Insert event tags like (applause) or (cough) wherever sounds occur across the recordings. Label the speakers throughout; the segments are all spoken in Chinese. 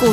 Speaker 1: 股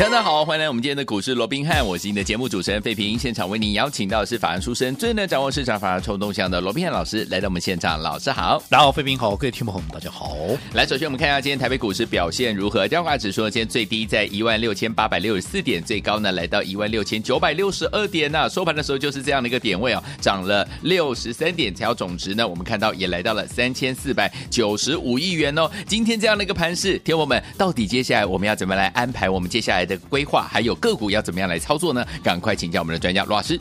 Speaker 2: 大家好，欢迎来我们今天的股市罗宾汉，我是你的节目主持人费平。现场为您邀请到的是法案出身、最能掌握市场法案冲动向的罗宾汉老师来到我们现场，老师好。
Speaker 3: 大家好，飞平好，各位听众朋友们，大家好。
Speaker 2: 来，首先我们看一下今天台北股市表现如何。加挂指数呢，今天最低在16,864点，最高呢来到16,962点呢、收盘的时候就是这样的一个点位哦，涨了63点，才要总值呢，我们看到也来到了3,495亿元哦。今天这样的一个盘势，听我们到底接下来我们要怎么来安排我们接下来的规划，还有个股要怎么样来操作呢？赶快请教我们的专家罗老师。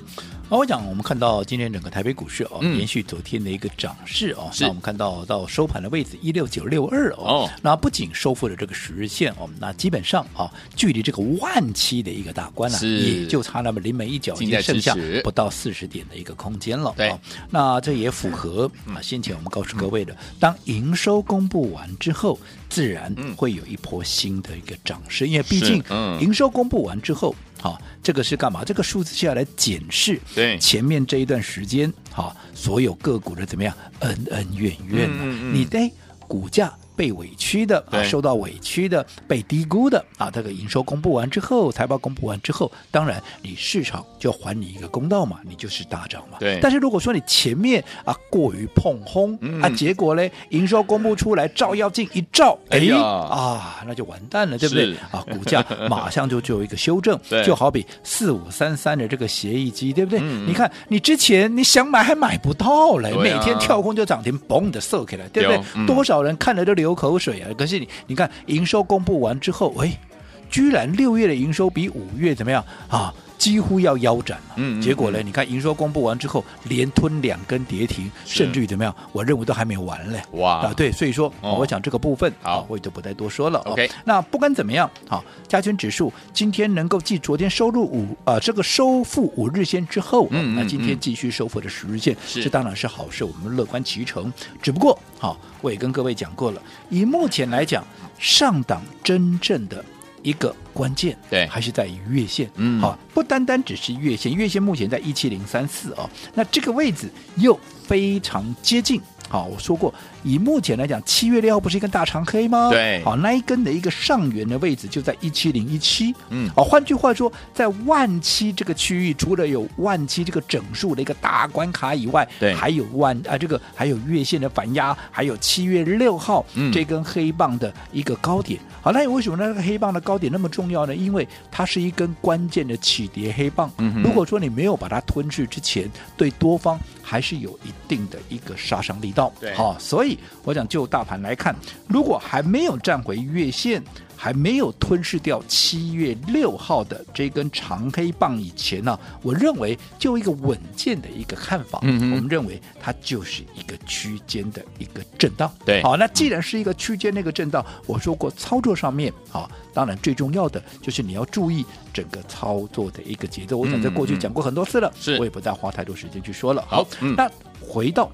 Speaker 3: 那我讲，我们看到今天整个台北股市哦，
Speaker 2: 嗯
Speaker 3: 延续昨天的一个涨势哦。
Speaker 2: 是
Speaker 3: 那我们看到到收盘的位置一六九六二
Speaker 2: 哦
Speaker 3: 哦，那不仅收复了这个十日线哦，那基本上啊，距离这个万七的一个大关呢、啊
Speaker 2: 是
Speaker 3: 也就差那么临门一脚，
Speaker 2: 近
Speaker 3: 已
Speaker 2: 在
Speaker 3: 经剩
Speaker 2: 咫
Speaker 3: 下
Speaker 2: 尺
Speaker 3: 不到四十点的一个空间了。
Speaker 2: 对嗯
Speaker 3: 哦那这也符合啊，先前我们告诉各位的，当营收公布完之后，自然
Speaker 2: 嗯
Speaker 3: 会有一波新的一个涨势，因为毕竟
Speaker 2: 嗯
Speaker 3: 营收公布完之后。好，这个是干嘛？这个数字是要来检视
Speaker 2: 对
Speaker 3: 前面这一段时间，好，所有个股的怎么样，恩恩怨怨、啊
Speaker 2: 嗯嗯嗯
Speaker 3: 你得股价被委屈的、啊，
Speaker 2: 对
Speaker 3: 受到委屈的、被低估的啊，这个营收公布完之后，财报公布完之后，当然你市场就还你一个公道嘛，你就是大涨嘛。
Speaker 2: 对
Speaker 3: 但是如果说你前面啊过于碰轰、
Speaker 2: 嗯
Speaker 3: 啊，结果嘞营收公布出来照妖镜一照，
Speaker 2: 哎
Speaker 3: 哎
Speaker 2: 呀
Speaker 3: 啊，那就完蛋了，对不对
Speaker 2: 是？
Speaker 3: 啊，股
Speaker 2: (laughs)
Speaker 3: 价马上就就有一个修正
Speaker 2: 对，
Speaker 3: 就好比四五三三的这个协议机，对不对？
Speaker 2: 嗯嗯
Speaker 3: 你看你之前你想买还买不到嘞，
Speaker 2: 对
Speaker 3: 每
Speaker 2: 啊
Speaker 3: 天跳空就涨停，嘣的射起来，对不对
Speaker 2: 有？嗯
Speaker 3: 多少人看了都流口水啊！可是你你看营收公布完之后，哎，居然六月的营收比五月怎么样啊？几乎要腰斩了、
Speaker 2: 嗯嗯
Speaker 3: 结果呢？你看营收公布完之后，连吞两根跌停，
Speaker 2: 是
Speaker 3: 甚至于怎么样？我认为都还没完嘞。
Speaker 2: 哇
Speaker 3: 啊，对，所以说、
Speaker 2: 哦
Speaker 3: 我想这个部分
Speaker 2: 好
Speaker 3: 啊，我也就不再多说了。啊
Speaker 2: OK
Speaker 3: 那不管怎么样，好，加权指数今天能够继昨天收入五啊、这个收复五日线之后，啊
Speaker 2: 嗯嗯
Speaker 3: 那今
Speaker 2: 嗯
Speaker 3: 天继续收复了十日线，
Speaker 2: 是
Speaker 3: 这当然是好事，我们乐观其成。只不过，好，我也跟各位讲过了，以目前来讲，上档真正的一个关键，
Speaker 2: 对
Speaker 3: 还是在于月线，
Speaker 2: 嗯
Speaker 3: 好，不单单只是月线，月线目前在一七零三四哦，那这个位置又非常接近。好，我说过，以目前来讲，七月六号不是一根大长黑吗？
Speaker 2: 对
Speaker 3: 好，那一根的一个上缘的位置就在一七零一七。
Speaker 2: 嗯
Speaker 3: 哦，换句话说，在万七这个区域，除了有万七这个整数的一个大关卡以外，
Speaker 2: 对
Speaker 3: 还有万啊这个还有月线的反压，还有七月六号、
Speaker 2: 嗯
Speaker 3: 这根黑棒的一个高点。好，那为什么那个黑棒的高点那么重要呢？因为它是一根关键的起跌黑棒。
Speaker 2: 嗯哼
Speaker 3: 如果说你没有把它吞去之前，对多方还是有一定的一个杀伤力道。
Speaker 2: 对
Speaker 3: 好。啊，所以我讲就大盘来看，如果还没有站回月线，还没有吞噬掉七月六号的这根长黑棒以前呢、我认为就一个稳健的一个看法，
Speaker 2: 嗯哼
Speaker 3: 我们认为它就是一个区间的一个震荡。
Speaker 2: 对
Speaker 3: 好，那既然是一个区间那个震荡，我说过操作上面啊，当然最重要的就是你要注意整个操作的一个节奏。我想在过
Speaker 2: 嗯
Speaker 3: 去
Speaker 2: 嗯
Speaker 3: 讲过很多次了，
Speaker 2: 是
Speaker 3: 我也不再花太多时间去说了。
Speaker 2: 好嗯
Speaker 3: 那回到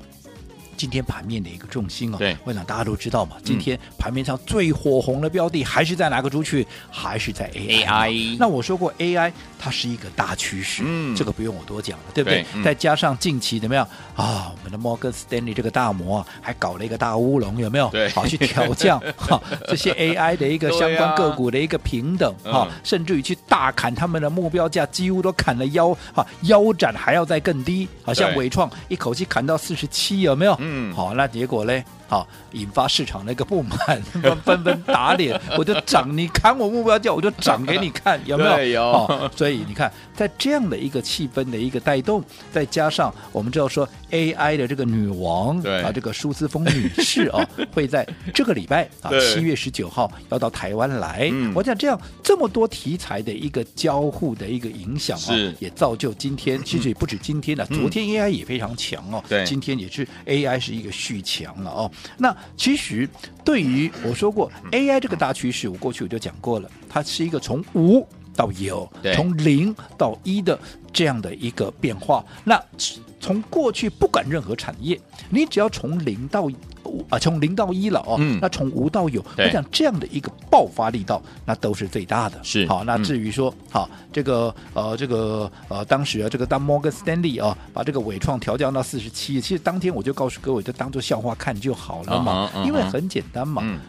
Speaker 3: 今天盘面的一个重心哦。
Speaker 2: 对嗯
Speaker 3: 我想大家都知道嘛，今天盘面上最火红的标的还是在哪个族群？还是在 AI 嘛。
Speaker 2: AI
Speaker 3: 那我说过，AI 它是一个大趋势，
Speaker 2: 嗯
Speaker 3: 这个不用我多讲了，对不对？
Speaker 2: 对嗯
Speaker 3: 再加上近期怎么样啊？我们的摩根斯丹利这个大魔啊还搞了一个大乌龙，有没有？
Speaker 2: 对
Speaker 3: 好去调降哈这些 AI 的一
Speaker 2: (laughs)
Speaker 3: 个
Speaker 2: 对啊
Speaker 3: 相关个股的一个平等
Speaker 2: 嗯
Speaker 3: 哈，甚至于去大砍他们的目标价，几乎都砍了腰哈腰斩，还要再更低，好像
Speaker 2: 对
Speaker 3: 伟创一口气砍到四十七，有没有？
Speaker 2: 嗯
Speaker 3: 好，那结果嘞？好，引发市场那个不满， (laughs) 纷纷打脸。我就涨，你砍我目标价，我就涨给你
Speaker 2: (laughs)
Speaker 3: 看，有没有？
Speaker 2: 对有
Speaker 3: 哦所以你看，在这样的一个气氛的一个带动，再加上我们知道说 AI 的这个女王
Speaker 2: 对
Speaker 3: 啊，这个舒斯峰女士啊，会在这个礼拜啊
Speaker 2: 对
Speaker 3: 七月十九号要到台湾来。
Speaker 2: 嗯
Speaker 3: 我想这样这么多题材的一个交互的一个影响啊
Speaker 2: 是，嗯
Speaker 3: 也造就今天，其实也不止今天了、昨天 AI 也非常强哦，
Speaker 2: 对
Speaker 3: 今天也是 AI 是一个续强了哦。那其实对于我说过 AI 这个大趋势，我过去我就讲过了，它是一个从无到有
Speaker 2: 对，
Speaker 3: 从零到一的这样的一个变化。那从过去不管任何产业，你只要从零到五啊，从零到一了哦，
Speaker 2: 嗯
Speaker 3: 那从无到有，
Speaker 2: 对
Speaker 3: 我想这样的一个爆发力道，那都是最大的。
Speaker 2: 是
Speaker 3: 好，那
Speaker 2: 嗯
Speaker 3: 至于说，好这个呃这个呃当时啊，这个当摩根斯丹利啊，把这个伟创调降到四十七，其实当天我就告诉各位，就当做笑话看就好了嘛
Speaker 2: 嗯哼嗯哼
Speaker 3: 因为很简单嘛。
Speaker 2: 嗯，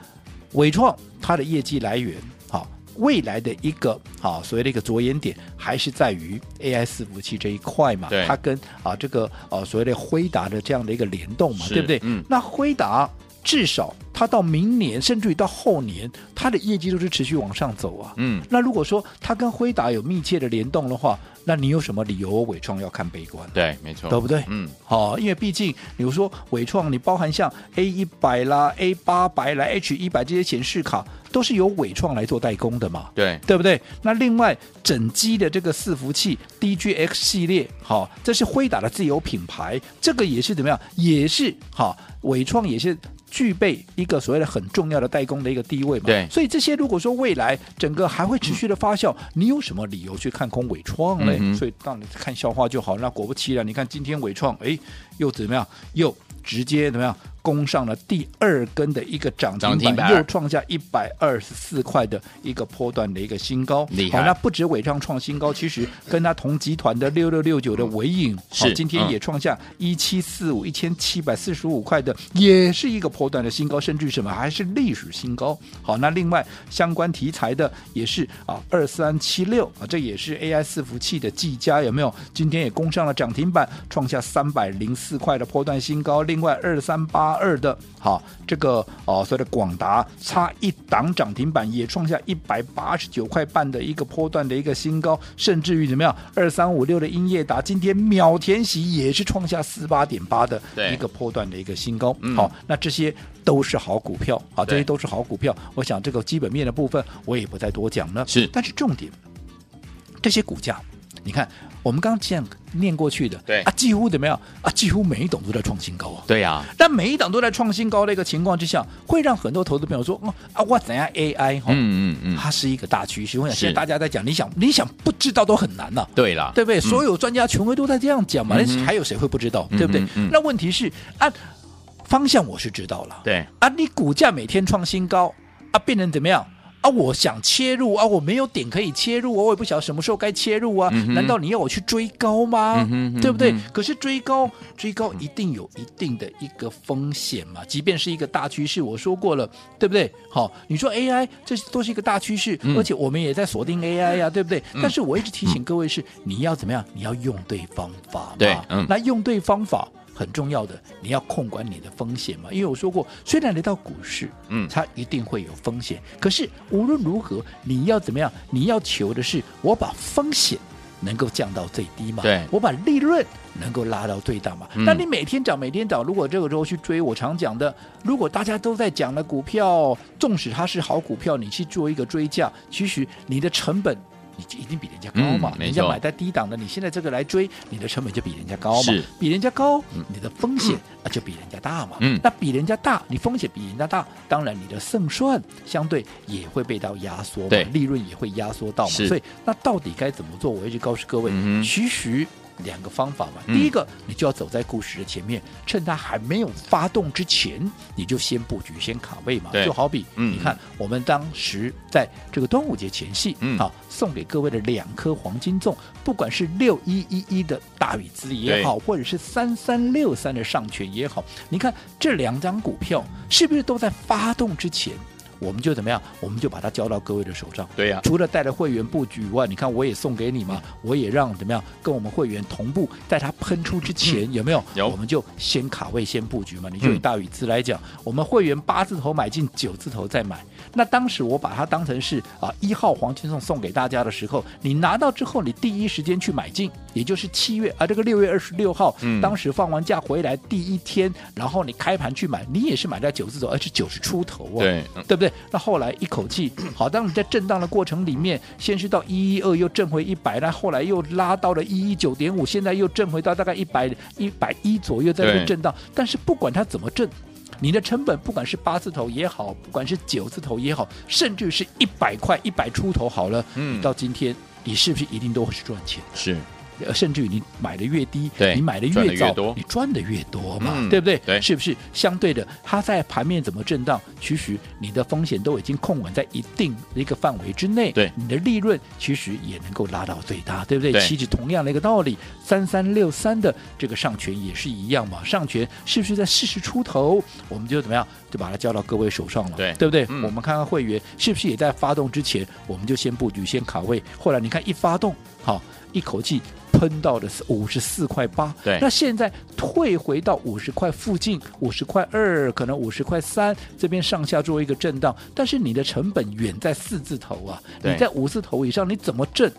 Speaker 3: 伟创它的业绩来源，好、未来的一个啊，所谓的一个着眼点，还是在于 AI 伺服器这一块嘛
Speaker 2: 对，
Speaker 3: 它跟啊这个啊所谓的辉达的这样的一个联动嘛，
Speaker 2: 是
Speaker 3: 对不对？
Speaker 2: 嗯
Speaker 3: 那辉达至少它到明年，甚至于到后年，它的业绩都是持续往上走啊。
Speaker 2: 嗯，
Speaker 3: 那如果说它跟辉达有密切的联动的话，那你有什么理由伟创要看悲观呢？
Speaker 2: 对，没错，
Speaker 3: 对不对
Speaker 2: 嗯，
Speaker 3: 好、因为毕竟比如说伟创，你包含像 A 一百啦、A 八百啦、H 一百这些显示卡，都是由伟创来做代工的嘛。
Speaker 2: 对，
Speaker 3: 对不对？那另外整机的这个伺服器 DGX 系列，好、这是辉达的自有品牌，这个也是怎么样？也是好、伟创也是具备一个所谓的很重要的代工的一个地位嘛。
Speaker 2: 对
Speaker 3: 所以这些如果说未来整个还会持续的发酵，你有什么理由去看空伟创嘞？
Speaker 2: 嗯哼
Speaker 3: 所以当你看笑话就好。那果不其然，你看今天伟创，哎，又怎么样？又直接怎么样？攻上了第二根的一个涨
Speaker 2: 涨停
Speaker 3: 停
Speaker 2: 板
Speaker 3: 板，又创下一百二十四块的一个波段的一个新高。
Speaker 2: 厉害
Speaker 3: 好，那不止伟创创新高，其实跟它同集团的六六六九的伟影，好
Speaker 2: 是，嗯
Speaker 3: 今天也创下一七四五一千七百四十五块的，也是一个波段的新高，甚至什么还是历史新高。好，那另外相关题材的也是啊二三七六啊，这也是 AI 伺服器的技嘉有没有？今天也攻上了涨停板，创下三百零四块的波段新高。另外二三八二的，好这个哦、所谓的广达差一档涨停板也创下一百八十九块半的一个波段的一个新高，甚至于怎么样？二三五六的英业达今天秒填息也是创下四八点八的
Speaker 2: 对
Speaker 3: 一个波段的一个新高。
Speaker 2: 嗯
Speaker 3: 好，那这些都是好股票啊，这
Speaker 2: 对
Speaker 3: 些都是好股票。我想这个基本面的部分我也不再多讲了。
Speaker 2: 是
Speaker 3: 但是重点，这些股价，你看我们刚刚这样念过去的，
Speaker 2: 对
Speaker 3: 啊，几乎怎么样啊？几乎每一档都在创新高啊。
Speaker 2: 对呀，
Speaker 3: 但每一档都在创新高的一个情况之下，会让很多投资朋友说：“哦啊，我怎样 AI 哈、
Speaker 2: 嗯嗯嗯，
Speaker 3: 它是一个大趋势。”我想
Speaker 2: 是
Speaker 3: 现在大家在讲，你想你想不知道都很难呐、
Speaker 2: 对啦，
Speaker 3: 对不对？
Speaker 2: 嗯
Speaker 3: 所有专家权威都在这样讲嘛，
Speaker 2: 嗯
Speaker 3: 那、
Speaker 2: 哼
Speaker 3: 还有谁会不知道？对不对
Speaker 2: 嗯？哼嗯
Speaker 3: 那问题是啊，方向我是知道了，
Speaker 2: 对
Speaker 3: 啊，你股价每天创新高啊，变成怎么样？啊，我想切入啊，我没有点可以切入啊，我也不晓得什么时候该切入啊。
Speaker 2: 嗯哼
Speaker 3: 难道你要我去追高吗？
Speaker 2: 嗯哼嗯哼
Speaker 3: 对不对？可是追高，追高一定有一定的一个风险嘛。即便是一个大趋势，我说过了，对不对？好，你说 AI 这都是一个大趋势，
Speaker 2: 嗯
Speaker 3: 而且我们也在锁定 AI 呀、对不对？但是我一直提醒各位是，你要怎么样？你要用对方法嘛。
Speaker 2: 对嗯
Speaker 3: 那用对方法很重要的，你要控管你的风险嘛。因为我说过，虽然来到股市，
Speaker 2: 嗯
Speaker 3: 它一定会有风险，可是无论如何，你要怎么样？你要求的是我把风险。能够降到最低嘛？
Speaker 2: 对
Speaker 3: 我把利润能够拉到最大嘛？
Speaker 2: 嗯
Speaker 3: 那你每天涨，每天涨，如果这个时候去追，我常讲的，如果大家都在讲的股票，纵使它是好股票，你去做一个追价，其实你的成本。你一定比人家高嘛
Speaker 2: 嗯？没
Speaker 3: 人家
Speaker 2: 错
Speaker 3: 买在低档的，你现在这个来追，你的成本就比人家高嘛
Speaker 2: 是？
Speaker 3: 比人家高
Speaker 2: 嗯，
Speaker 3: 你的风险那就比人家大嘛？
Speaker 2: 嗯
Speaker 3: 那比人家大，你风险比人家大，当然你的胜算相对也会被到压缩嘛
Speaker 2: 对，
Speaker 3: 利润也会压缩到嘛。
Speaker 2: 是
Speaker 3: 所以那到底该怎么做？我一直告诉各位，
Speaker 2: 嗯哼
Speaker 3: 其实两个方法嘛。
Speaker 2: 嗯
Speaker 3: 第一个，你就要走在故事的前面，趁它还没有发动之前，你就先布局、先卡位嘛
Speaker 2: 对。
Speaker 3: 就好比
Speaker 2: 嗯
Speaker 3: 你看，我们当时在这个端午节前夕，
Speaker 2: 嗯
Speaker 3: 啊，送给各位的两颗黄金粽，不管是六一一一的大禹资也好，或者是三三六三的上权也好，你看这两张股票是不是都在发动之前？我们就怎么样？我们就把它交到各位的手上。
Speaker 2: 对呀，
Speaker 3: 除了带了会员布局以外，你看我也送给你
Speaker 2: 嗯
Speaker 3: 嘛，我也让怎么样跟我们会员同步，在它喷出之前、有没有？
Speaker 2: 嗯有
Speaker 3: 我们就先卡位先布局嘛。你就以
Speaker 2: 嗯
Speaker 3: 大禹资来讲，我们会员八字头买进，九字头再买。那当时我把它当成是啊一号黄金送送给大家的时候，你拿到之后，你第一时间去买进，也就是七月啊这个六月二十六号，
Speaker 2: 嗯
Speaker 3: 当时放完假回来第一天，然后你开盘去买，你也是买在九字头，而且九十出头哦。
Speaker 2: 对，嗯
Speaker 3: 对不对？那后来一口
Speaker 2: (clears throat)
Speaker 3: 气，好，当你在震荡的过程里面，先是到一一二，又震回一百，那后来又拉到了一一九点五，现在又震回到大概一百一百一左右，在这
Speaker 2: 对
Speaker 3: 边震荡。但是不管它怎么震。你的成本不管是八字头也好，不管是九字头也好，甚至是一百块、一百出头好了，
Speaker 2: 嗯
Speaker 3: 你到今天你是不是一定都是赚钱？
Speaker 2: 是
Speaker 3: 呃甚至于你买的越低，
Speaker 2: 对
Speaker 3: 你买的
Speaker 2: 赚得
Speaker 3: 越
Speaker 2: 越
Speaker 3: 早，
Speaker 2: 多
Speaker 3: 你赚的越多嘛，
Speaker 2: 嗯
Speaker 3: 对不对？
Speaker 2: 对
Speaker 3: 是不是相对的，它在盘面怎么震荡，其实你的风险都已经控管在一定的一个范围之内，
Speaker 2: 对
Speaker 3: 你的利润其实也能够拉到最大，对不对？
Speaker 2: 对
Speaker 3: 期指同样的一个道理，三三六三的这个上权也是一样嘛，上权是不是在四十出头，我们就怎么样就把它交到各位手上了，
Speaker 2: 对
Speaker 3: 不对？
Speaker 2: 嗯
Speaker 3: 我们看看会员是不是也在发动之前，我们就先布局、先卡位，后来你看一发动，好，一口气。喷到了五十四块八，
Speaker 2: 对
Speaker 3: 那现在退回到五十块附近，五十块二，可能五十块三这边上下做一个震荡，但是你的成本远在四字头啊，
Speaker 2: 对
Speaker 3: 你在五字头以上，你怎么挣？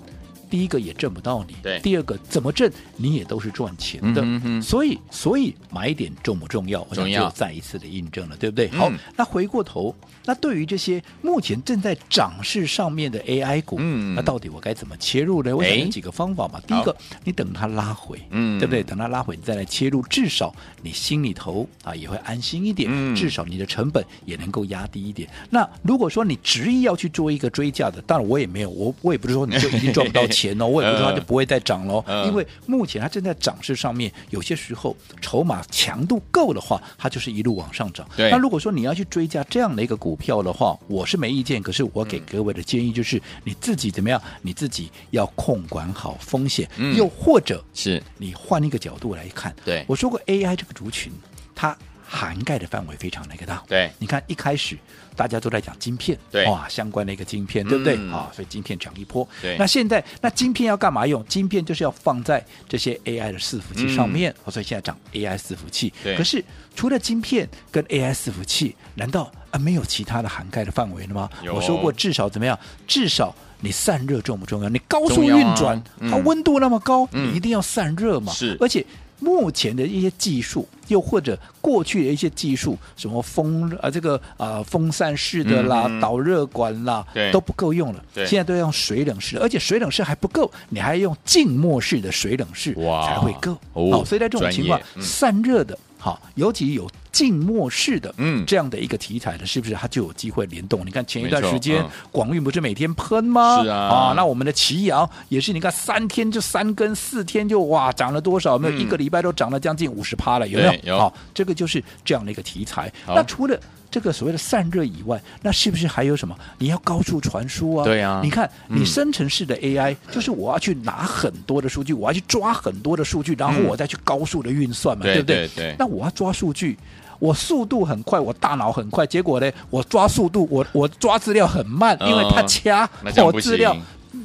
Speaker 3: 第一个也挣不到你，
Speaker 2: 对
Speaker 3: 第二个怎么挣你也都是赚钱的，
Speaker 2: 嗯哼哼
Speaker 3: 所以所以买点重不重要？我想
Speaker 2: 重要
Speaker 3: 就再一次的印证了，对不对？好
Speaker 2: 嗯，
Speaker 3: 那回过头，那对于这些目前正在涨势上面的 AI 股，
Speaker 2: 嗯
Speaker 3: 那到底我该怎么切入呢？我
Speaker 2: 哎
Speaker 3: 想有几个方法嘛。第一个，你等它拉回，
Speaker 2: 嗯
Speaker 3: 对不对？等它拉回，你再来切入，至少你心里头啊也会安心一点，
Speaker 2: 嗯
Speaker 3: 至少你的成本也能够压低一点。那如果说你执意要去做一个追价的，当然我也没有，我我也不是说你就一定赚不到
Speaker 2: (laughs)
Speaker 3: 钱哦，我也不是说它就不会再涨喽，
Speaker 2: 嗯
Speaker 3: 因为目前它正在涨势上面，有些时候筹码强度够的话，它就是一路往上涨。
Speaker 2: 对
Speaker 3: 那如果说你要去追加这样的一个股票的话，我是没意见。可是我
Speaker 2: 嗯
Speaker 3: 给各位的建议就是，你自己怎么样？你自己要控管好风险，
Speaker 2: 嗯
Speaker 3: 又或者
Speaker 2: 是，
Speaker 3: 你换一个角度来看，
Speaker 2: 对
Speaker 3: 我说过 AI 这个族群，它涵盖的范围非常的一个大。
Speaker 2: 对
Speaker 3: 哎你看一开始大家都在讲晶片，
Speaker 2: 对
Speaker 3: 哇，相关的一个晶片，对不对
Speaker 2: 嗯
Speaker 3: 啊？所以晶片涨一波。
Speaker 2: 对
Speaker 3: 那现在那晶片要干嘛用？晶片就是要放在这些 AI 的伺服器上面，哦所以现在涨 AI 伺服器。
Speaker 2: 嗯对
Speaker 3: 可是除了晶片跟 AI 伺服器，难道啊没有其他的涵盖的范围了吗？
Speaker 2: 有
Speaker 3: 我说过，至少怎么样？至少。你散热重不重要？你高速
Speaker 2: 重要啊
Speaker 3: 运转，
Speaker 2: 嗯
Speaker 3: 它温度那么高，
Speaker 2: 嗯
Speaker 3: 你一定要散热嘛。
Speaker 2: 是
Speaker 3: 而且目前的一些技术，又或者过去的一些技术，什么风啊这个啊、风扇式的啦、
Speaker 2: 嗯
Speaker 3: 导热管啦
Speaker 2: 对，
Speaker 3: 都不够用了。
Speaker 2: 对
Speaker 3: 现在都要用水冷式的，而且水冷式还不够，你还要用静默式的水冷式
Speaker 2: 哇
Speaker 3: 才会够。
Speaker 2: 哦
Speaker 3: 好所以在这种
Speaker 2: 专业
Speaker 3: 情况，
Speaker 2: 嗯
Speaker 3: 散热的，好，尤其有静默式的，
Speaker 2: 嗯
Speaker 3: 这样的一个题材的，是不是它就有机会联动？你看前一段
Speaker 2: 没错
Speaker 3: 时间
Speaker 2: 嗯，
Speaker 3: 广运不是每天喷吗？
Speaker 2: 是啊
Speaker 3: 那我们的祁阳也是，你看三天就三根，四天就哇涨了多少？有没有、
Speaker 2: 嗯
Speaker 3: 一个礼拜都涨了将近五十趴了，有没
Speaker 2: 对
Speaker 3: 有？
Speaker 2: 哎有
Speaker 3: 好，这个就是这样的一个题材。
Speaker 2: 好
Speaker 3: 那除了这个所谓的散热以外，那是不是还有什么？你要高速传输啊？
Speaker 2: 对啊
Speaker 3: 你看
Speaker 2: 嗯
Speaker 3: 你生成式的 AI，、就是我要去拿很多的数据，我要去抓很多的数据，然后
Speaker 2: 嗯
Speaker 3: 我再去高速的运算嘛，
Speaker 2: 对
Speaker 3: 不对？
Speaker 2: 对对
Speaker 3: 那我要抓数据。我速度很快，我大脑很快，结果呢，我抓速度，我我抓资料很慢，因为它
Speaker 2: 嗯
Speaker 3: 掐
Speaker 2: 那这样
Speaker 3: 我
Speaker 2: 不
Speaker 3: 资料
Speaker 2: 行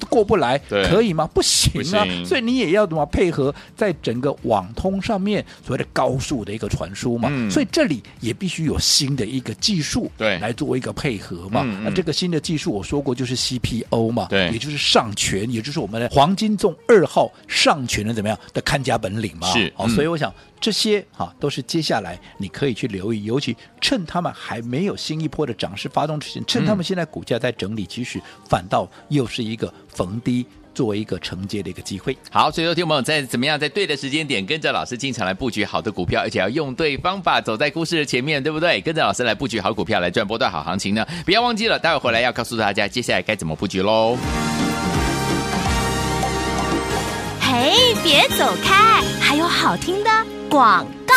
Speaker 3: 过不来
Speaker 2: 对，
Speaker 3: 可以吗？不行啊
Speaker 2: 不行！
Speaker 3: 所以你也要怎么配合在整个网通上面所谓的高速的一个传输嘛？
Speaker 2: 嗯
Speaker 3: 所以这里也必须有新的一个技术
Speaker 2: 对
Speaker 3: 来作为一个配合嘛。
Speaker 2: 嗯嗯
Speaker 3: 那这个新的技术我说过就是 CPO 嘛，
Speaker 2: 对
Speaker 3: 也就是上权，也就是我们的黄金纵二号上权的怎么样的看家本领嘛。
Speaker 2: 是
Speaker 3: 哦，
Speaker 2: 嗯
Speaker 3: 所以我想这些哈、都是接下来你可以去留意，尤其趁他们还没有新一波的涨势发动之前，
Speaker 2: 嗯
Speaker 3: 趁他们现在股价在整理，其实反倒又是一个逢低作为一个承接的一个机会。
Speaker 2: 好，所以说听众朋友在怎么样在对的时间点跟着老师进场来布局好的股票，而且要用对方法，走在故事的前面，对不对？跟着老师来布局好股票，来赚波段好行情呢。不要忘记了，待会回来要告诉大家接下来该怎么布局喽。
Speaker 1: 嘿，别走开，还有好听的广告。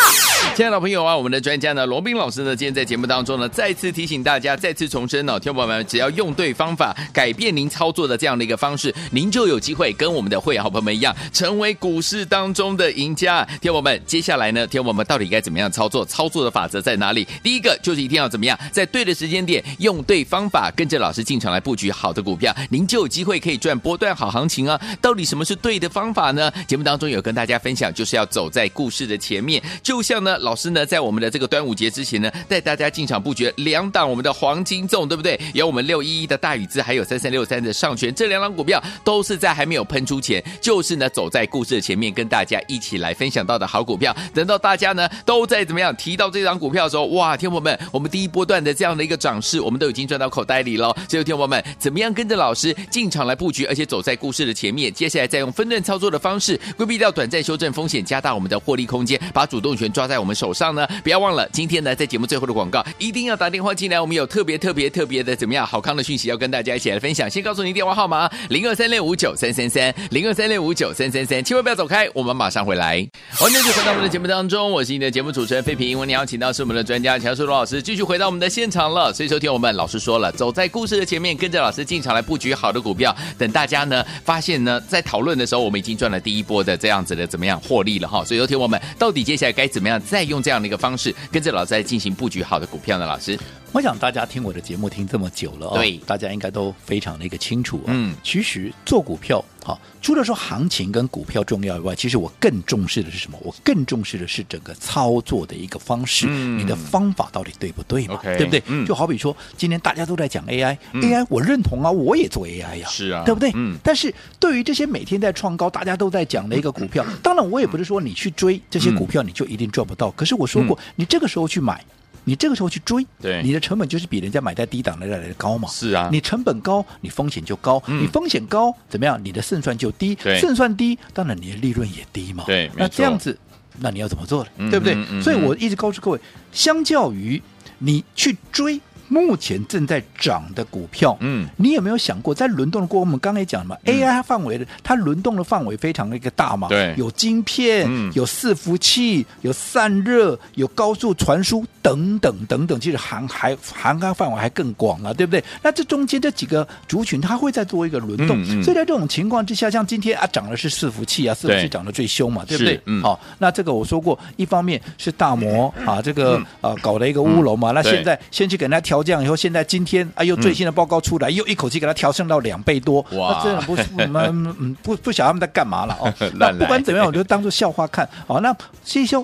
Speaker 2: 亲爱的朋友啊，我们的专家呢，罗斌老师呢，今天在节目当中呢，再次提醒大家，再次重申哦，听众朋友们，只要用对方法，改变您操作的这样的一个方式，您就有机会跟我们的会员好朋友们一样，成为股市当中的赢家。听众朋友们，接下来呢，听众朋友们到底该怎么样操作？操作的法则在哪里？第一个就是一定要怎么样，在对的时间点，用对方法，跟着老师进场来布局好的股票，您就有机会可以赚波段好行情啊。到底什么是对的方法呢？节目当中有跟大家分享，就是要走在故事的前面，就像呢，老师呢在我们的这个端午节之前呢，带大家进场布局两档我们的黄金粽，对不对？有我们六一一的大禹资，还有三三六三的上权，这两档股票都是在还没有喷出前，就是呢走在故事的前面，跟大家一起来分享到的好股票。等到大家呢都在怎么样提到这档股票的时候，哇，天友们，我们第一波段的这样的一个涨势，我们都已经赚到口袋里了。所以，天友们，怎么样跟着老师进场来布局，而且走在故事的前面？接下来再用分段操作的方式，规避掉短暂修正风险，加大我们的获利空间，把主动权抓在我们手。手上呢？不要忘了，今天呢在节目最后的广告，一定要打电话进来，我们有特别特别特别的怎么样好康的讯息要跟大家一起来分享。先告诉您电话号码：零二三六五九三三三，零二三六五九三三三，千万不要走开，我们马上回来。欢迎继续回到我们的节目当中，我是你的节目主持人费平。我们邀请到是我们的专家乔树罗老师，继续回到我们的现场了。所以收听我们老师说了，走在故事的前面，跟着老师进场来布局好的股票。等大家呢发现呢，在讨论的时候，我们已经赚了第一波的这样子的怎么样获利了哈。所以收听我们到底接下来该怎么样再用这样的一个方式，跟着老师来进行布局好的股票呢？老师，
Speaker 3: 我想大家听我的节目听这么久了、哦，
Speaker 2: 对
Speaker 3: 大家应该都非常的一个清楚、哦。
Speaker 2: 嗯
Speaker 3: 其实做股票，好，除了说行情跟股票重要以外，其实我更重视的是什么？我更重视的是整个操作的一个方式，
Speaker 2: 嗯
Speaker 3: 你的方法到底对不对嘛
Speaker 2: OK，
Speaker 3: 对不对？
Speaker 2: 嗯
Speaker 3: 就好比说，今天大家都在讲 AI，AI、
Speaker 2: 嗯
Speaker 3: 我认同啊，我也做 AI 呀、
Speaker 2: 是啊
Speaker 3: 对不对？
Speaker 2: 嗯
Speaker 3: 但是对于这些每天在创高，大家都在讲的一个股
Speaker 2: 嗯
Speaker 3: 票，当然我也不是说你去追这些股票你就一定赚不到，可是我说过，你这个时候去买。你这个时候去追，
Speaker 2: 嗯对
Speaker 3: 你的成本就是比人家买在低档的来的高嘛。
Speaker 2: 是啊
Speaker 3: 你成本高，你风险就高，
Speaker 2: 嗯
Speaker 3: 你风险高怎么样？你的胜算就低
Speaker 2: 对，
Speaker 3: 胜算低，当然你的利润也低嘛。
Speaker 2: 对没
Speaker 3: 那
Speaker 2: 错
Speaker 3: 这样子，那你要怎么做呢？
Speaker 2: 嗯
Speaker 3: 对不对？
Speaker 2: 嗯嗯
Speaker 3: 所以我一直告诉各位，相较于你去追。目前正在涨的股票，
Speaker 2: 嗯
Speaker 3: 你有没有想过，在轮动的过程，我们刚才讲嘛、a i 范围的它轮动的范围非常的一个大嘛，
Speaker 2: 对
Speaker 3: 有晶片，
Speaker 2: 嗯
Speaker 3: 有伺服器，有散热，有高速传输等等等等，其实涵还涵盖范围还更广啊，对不对？那这中间这几个族群，它会再做一个轮动，
Speaker 2: 嗯嗯
Speaker 3: 所以在这种情况之下，像今天啊涨的是伺服器啊，伺服
Speaker 2: 对
Speaker 3: 器涨得最凶嘛，对
Speaker 2: 是
Speaker 3: 不对？
Speaker 2: 嗯
Speaker 3: 好，那这个我说过，一方面是大摩啊这个啊搞了一个乌龙嘛，那
Speaker 2: 嗯对嗯
Speaker 3: 现在先去给它调降以后，现在今天啊又最新的报告出来，又一口气给它调升到两倍多，
Speaker 2: 哇。
Speaker 3: 那真的不是我们嗯不不晓得他们在干嘛了哦
Speaker 2: (laughs)
Speaker 3: 那
Speaker 2: 乱来
Speaker 3: 不管怎么样，我就当做笑话看。好，那这些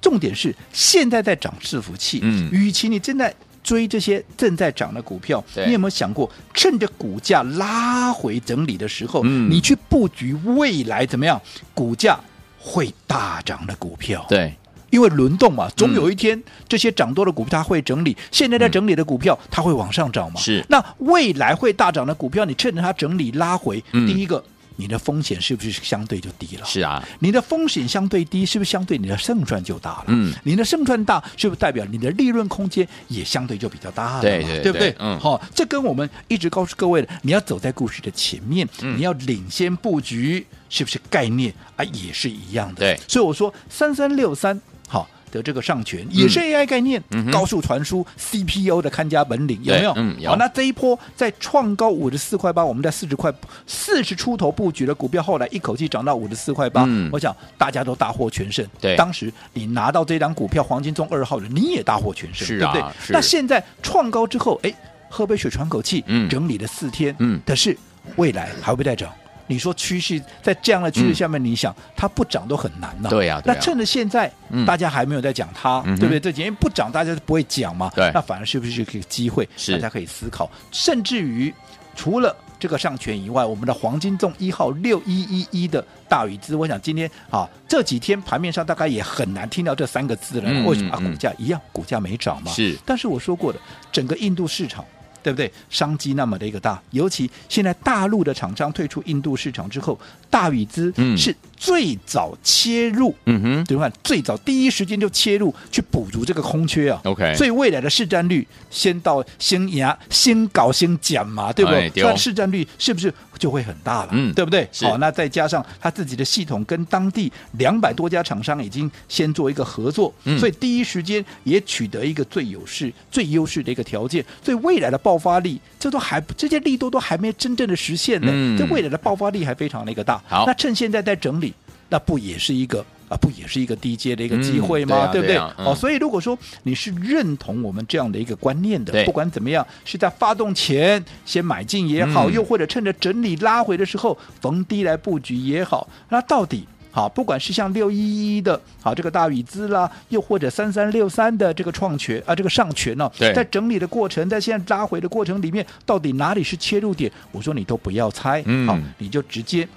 Speaker 3: 重点是现在在涨伺服器，
Speaker 2: 嗯
Speaker 3: 与其你正在。追这些正在涨的股票，
Speaker 2: 对
Speaker 3: 你有没有想过，趁着股价拉回整理的时候，
Speaker 2: 嗯
Speaker 3: 你去布局未来怎么样？股价会大涨的股票，
Speaker 2: 对，嗯
Speaker 3: 因为轮动嘛，总有一天、这些涨多的股票它会整理，现在在整理的股票、它会往上涨嘛。
Speaker 2: 是
Speaker 3: 那未来会大涨的股票，你趁着它整理拉回，
Speaker 2: 嗯
Speaker 3: 第一个你的风险是不是相对就低了？
Speaker 2: 是啊，
Speaker 3: 你的风险相对低，是不是相对你的胜算就大了？
Speaker 2: 嗯，
Speaker 3: 你的胜算大，是不是代表你的利润空间也相对就比较大了嘛？
Speaker 2: 对对
Speaker 3: 对不对
Speaker 2: 对？嗯
Speaker 3: 好、这跟我们一直告诉各位的，你要走在故事的前面，
Speaker 2: 嗯
Speaker 3: 你要领先布局，是不是概念啊也是一样的？
Speaker 2: 对
Speaker 3: 所以我说三三六三，好。的这个上权也是 AI 概念，
Speaker 2: 嗯哼
Speaker 3: 高速传输 CPU 的看家本领有没有？
Speaker 2: 对嗯有
Speaker 3: 好，那这一波在创高五十四块八，我们在四十块四十出头布局的股票，后来一口气涨到五十四块八、
Speaker 2: 嗯
Speaker 3: 我想大家都大获全胜。
Speaker 2: 对
Speaker 3: 当时你拿到这张股票黄金中二号的，你也大获全胜，
Speaker 2: 是
Speaker 3: 对
Speaker 2: 啊
Speaker 3: 不对？
Speaker 2: 是
Speaker 3: 那现在创高之后，哎，喝杯水喘口气，
Speaker 2: 嗯
Speaker 3: 整理了四天，
Speaker 2: 嗯
Speaker 3: 可是未来还会不会再涨？你说趋势在这样的趋势
Speaker 2: 嗯
Speaker 3: 下面，你想它不涨都很难呐、
Speaker 2: 对啊呀对
Speaker 3: 那
Speaker 2: 呀
Speaker 3: 趁着现在、
Speaker 2: 嗯
Speaker 3: 大家还没有在讲它，
Speaker 2: 嗯哼
Speaker 3: 对不对？这几天不涨，大家就不会讲嘛。
Speaker 2: 对
Speaker 3: 那反而是不是一个机会？
Speaker 2: 是
Speaker 3: 大家可以思考，甚至于除了。这个上权以外，我们的黄金粽一号六一一一的大禹资，我想今天啊这几天盘面上大概也很难听到这三个字了。
Speaker 2: 嗯
Speaker 3: 为什么啊？
Speaker 2: 嗯嗯
Speaker 3: 股价一样，股价没涨嘛。
Speaker 2: 是
Speaker 3: 但是我说过的，整个印度市场。对不对？商机那么的一个大，尤其现在大陆的厂商退出印度市场之后，大禹资
Speaker 2: 嗯
Speaker 3: 是最早切入，
Speaker 2: 嗯哼，
Speaker 3: 对吧？最早第一时间就切入去补足这个空缺啊。
Speaker 2: OK
Speaker 3: 所以未来的市占率先到先牙先搞先讲嘛，对不
Speaker 2: 哎
Speaker 3: 对？
Speaker 2: 对哦
Speaker 3: 那、市占率是不是就会很大了？
Speaker 2: 嗯
Speaker 3: 对不对？
Speaker 2: 是
Speaker 3: 好，那再加上他自己的系统跟当地两百多家厂商已经先做一个合作，
Speaker 2: 嗯
Speaker 3: 所以第一时间也取得一个最有势、最优势的一个条件，所以未来的爆发力，这都还这些力度都还没真正的实现呢，
Speaker 2: 嗯
Speaker 3: 这未来的爆发力还非常的一个大。
Speaker 2: 好
Speaker 3: 那趁现在在整理，那不也是一个啊，不也是一个低阶的一个机会
Speaker 2: 嗯对
Speaker 3: 吗？
Speaker 2: 啊
Speaker 3: 对不
Speaker 2: 对
Speaker 3: 对？
Speaker 2: 啊嗯
Speaker 3: 哦，所以如果说你是认同我们这样的一个观念
Speaker 2: 对
Speaker 3: 的，不管怎么样，是在发动前先买进也好，
Speaker 2: 嗯
Speaker 3: 又或者趁着整理拉回的时候逢低来布局也好，那到底？好，不管是像六一一的，好这个大禹资啦，又或者三三六三的这个创权啊，这个上权呢、
Speaker 2: 对
Speaker 3: 在整理的过程，在现在拉回的过程里面，到底哪里是切入点？我说你都不要猜，
Speaker 2: 嗯
Speaker 3: 好，你就直接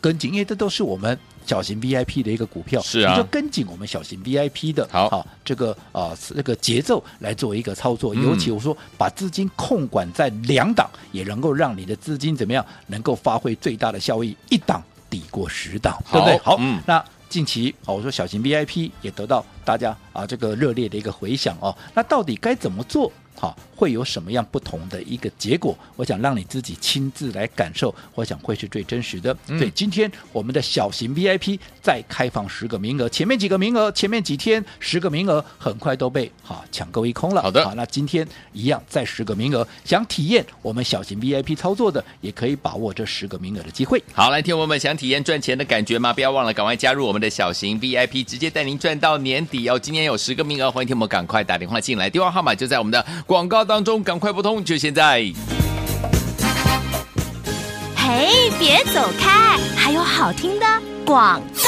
Speaker 3: 跟紧，因为这都是我们小型 VIP 的一个股票，
Speaker 2: 是啊
Speaker 3: 你就跟紧我们小型 VIP 的
Speaker 2: 好
Speaker 3: 这个啊、这个节奏来做一个操作，
Speaker 2: 嗯
Speaker 3: 尤其我说把资金控管在两档，也能够让你的资金怎么样能够发挥最大的效益，一档抵过十档，对不对？
Speaker 2: 好
Speaker 3: 好，
Speaker 2: 嗯
Speaker 3: 那近期哦，我说小型 VIP 也得到大家啊这个热烈的一个回响哦。那到底该怎么做？好，会有什么样不同的一个结果？我想让你自己亲自来感受，我想会是最真实的。
Speaker 2: 嗯
Speaker 3: 所以今天我们的小型 VIP 再开放十个名额，前面几个名额，前面几天十个名额很快都被哈抢购一空了。
Speaker 2: 好的
Speaker 3: 好，那今天一样再十个名额，想体验我们小型 VIP 操作的，也可以把握这十个名额的机会。
Speaker 2: 好，来，听我们想体验赚钱的感觉吗？不要忘了赶快加入我们的小型 VIP，直接带您赚到年底哦。今天有十个名额，欢迎听我们赶快打电话进来，电话号码就在我们的广告当中，赶快拨通，就现在。
Speaker 1: 嘿，别走开，还有好听的广告。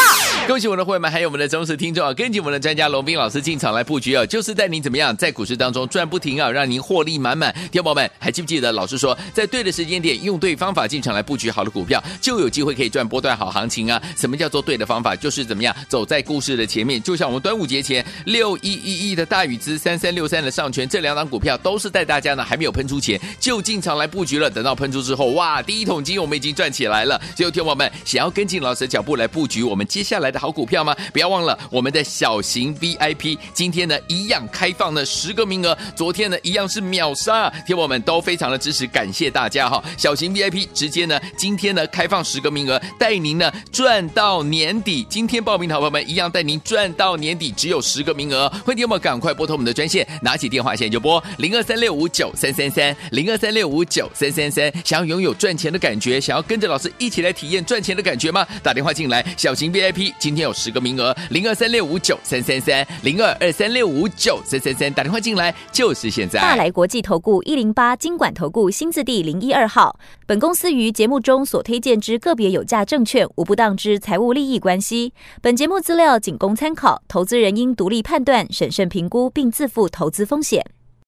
Speaker 2: 恭喜我们的会员们，还有我们的忠实听众啊！跟紧我们的专家龙斌老师进场来布局啊，就是带您怎么样在股市当中赚不停啊，让您获利满满。听众朋友们，还记不记得老师说，在对的时间点用对方法进场来布局好的股票，就有机会可以赚波段好行情啊？什么叫做对的方法？就是怎么样走在故事的前面。就像我们端午节前六一一一的大禹资、三三六三的上权这两档股票，都是带大家呢还没有喷出前就进场来布局了。等到喷出之后，哇，第一桶金我们已经赚起来了。所以，听众朋友们，想要跟进老师的脚步来布局我们接下来的好股票吗？不要忘了我们的小型 VIP，今天呢一样开放呢十个名额，昨天呢一样是秒杀，啊听众朋友们都非常的支持，感谢大家哈。小型 VIP 直接呢今天呢开放十个名额，带您呢赚到年底。今天报名的好朋友们一样带您赚到年底，只有十个名额，会听众们赶快拨通我们的专线，拿起电话现在就拨零二三六五九三三三零二三六五九三三三。想要拥有赚钱的感觉，想要跟着老师一起来体验赚钱的感觉吗？打电话进来，小型 VIP 今天有十个名额，零二三六五九三三三零二二三六五九三三三，打电话进来就是现在。
Speaker 4: 大来国际投顾一零八金管投顾新字第零一二号。本公司于节目中所推荐之个别有价证券，无不当之财务利益关系。本节目资料仅供参考，投资人应独立判断、审慎评估，并自负投资风险。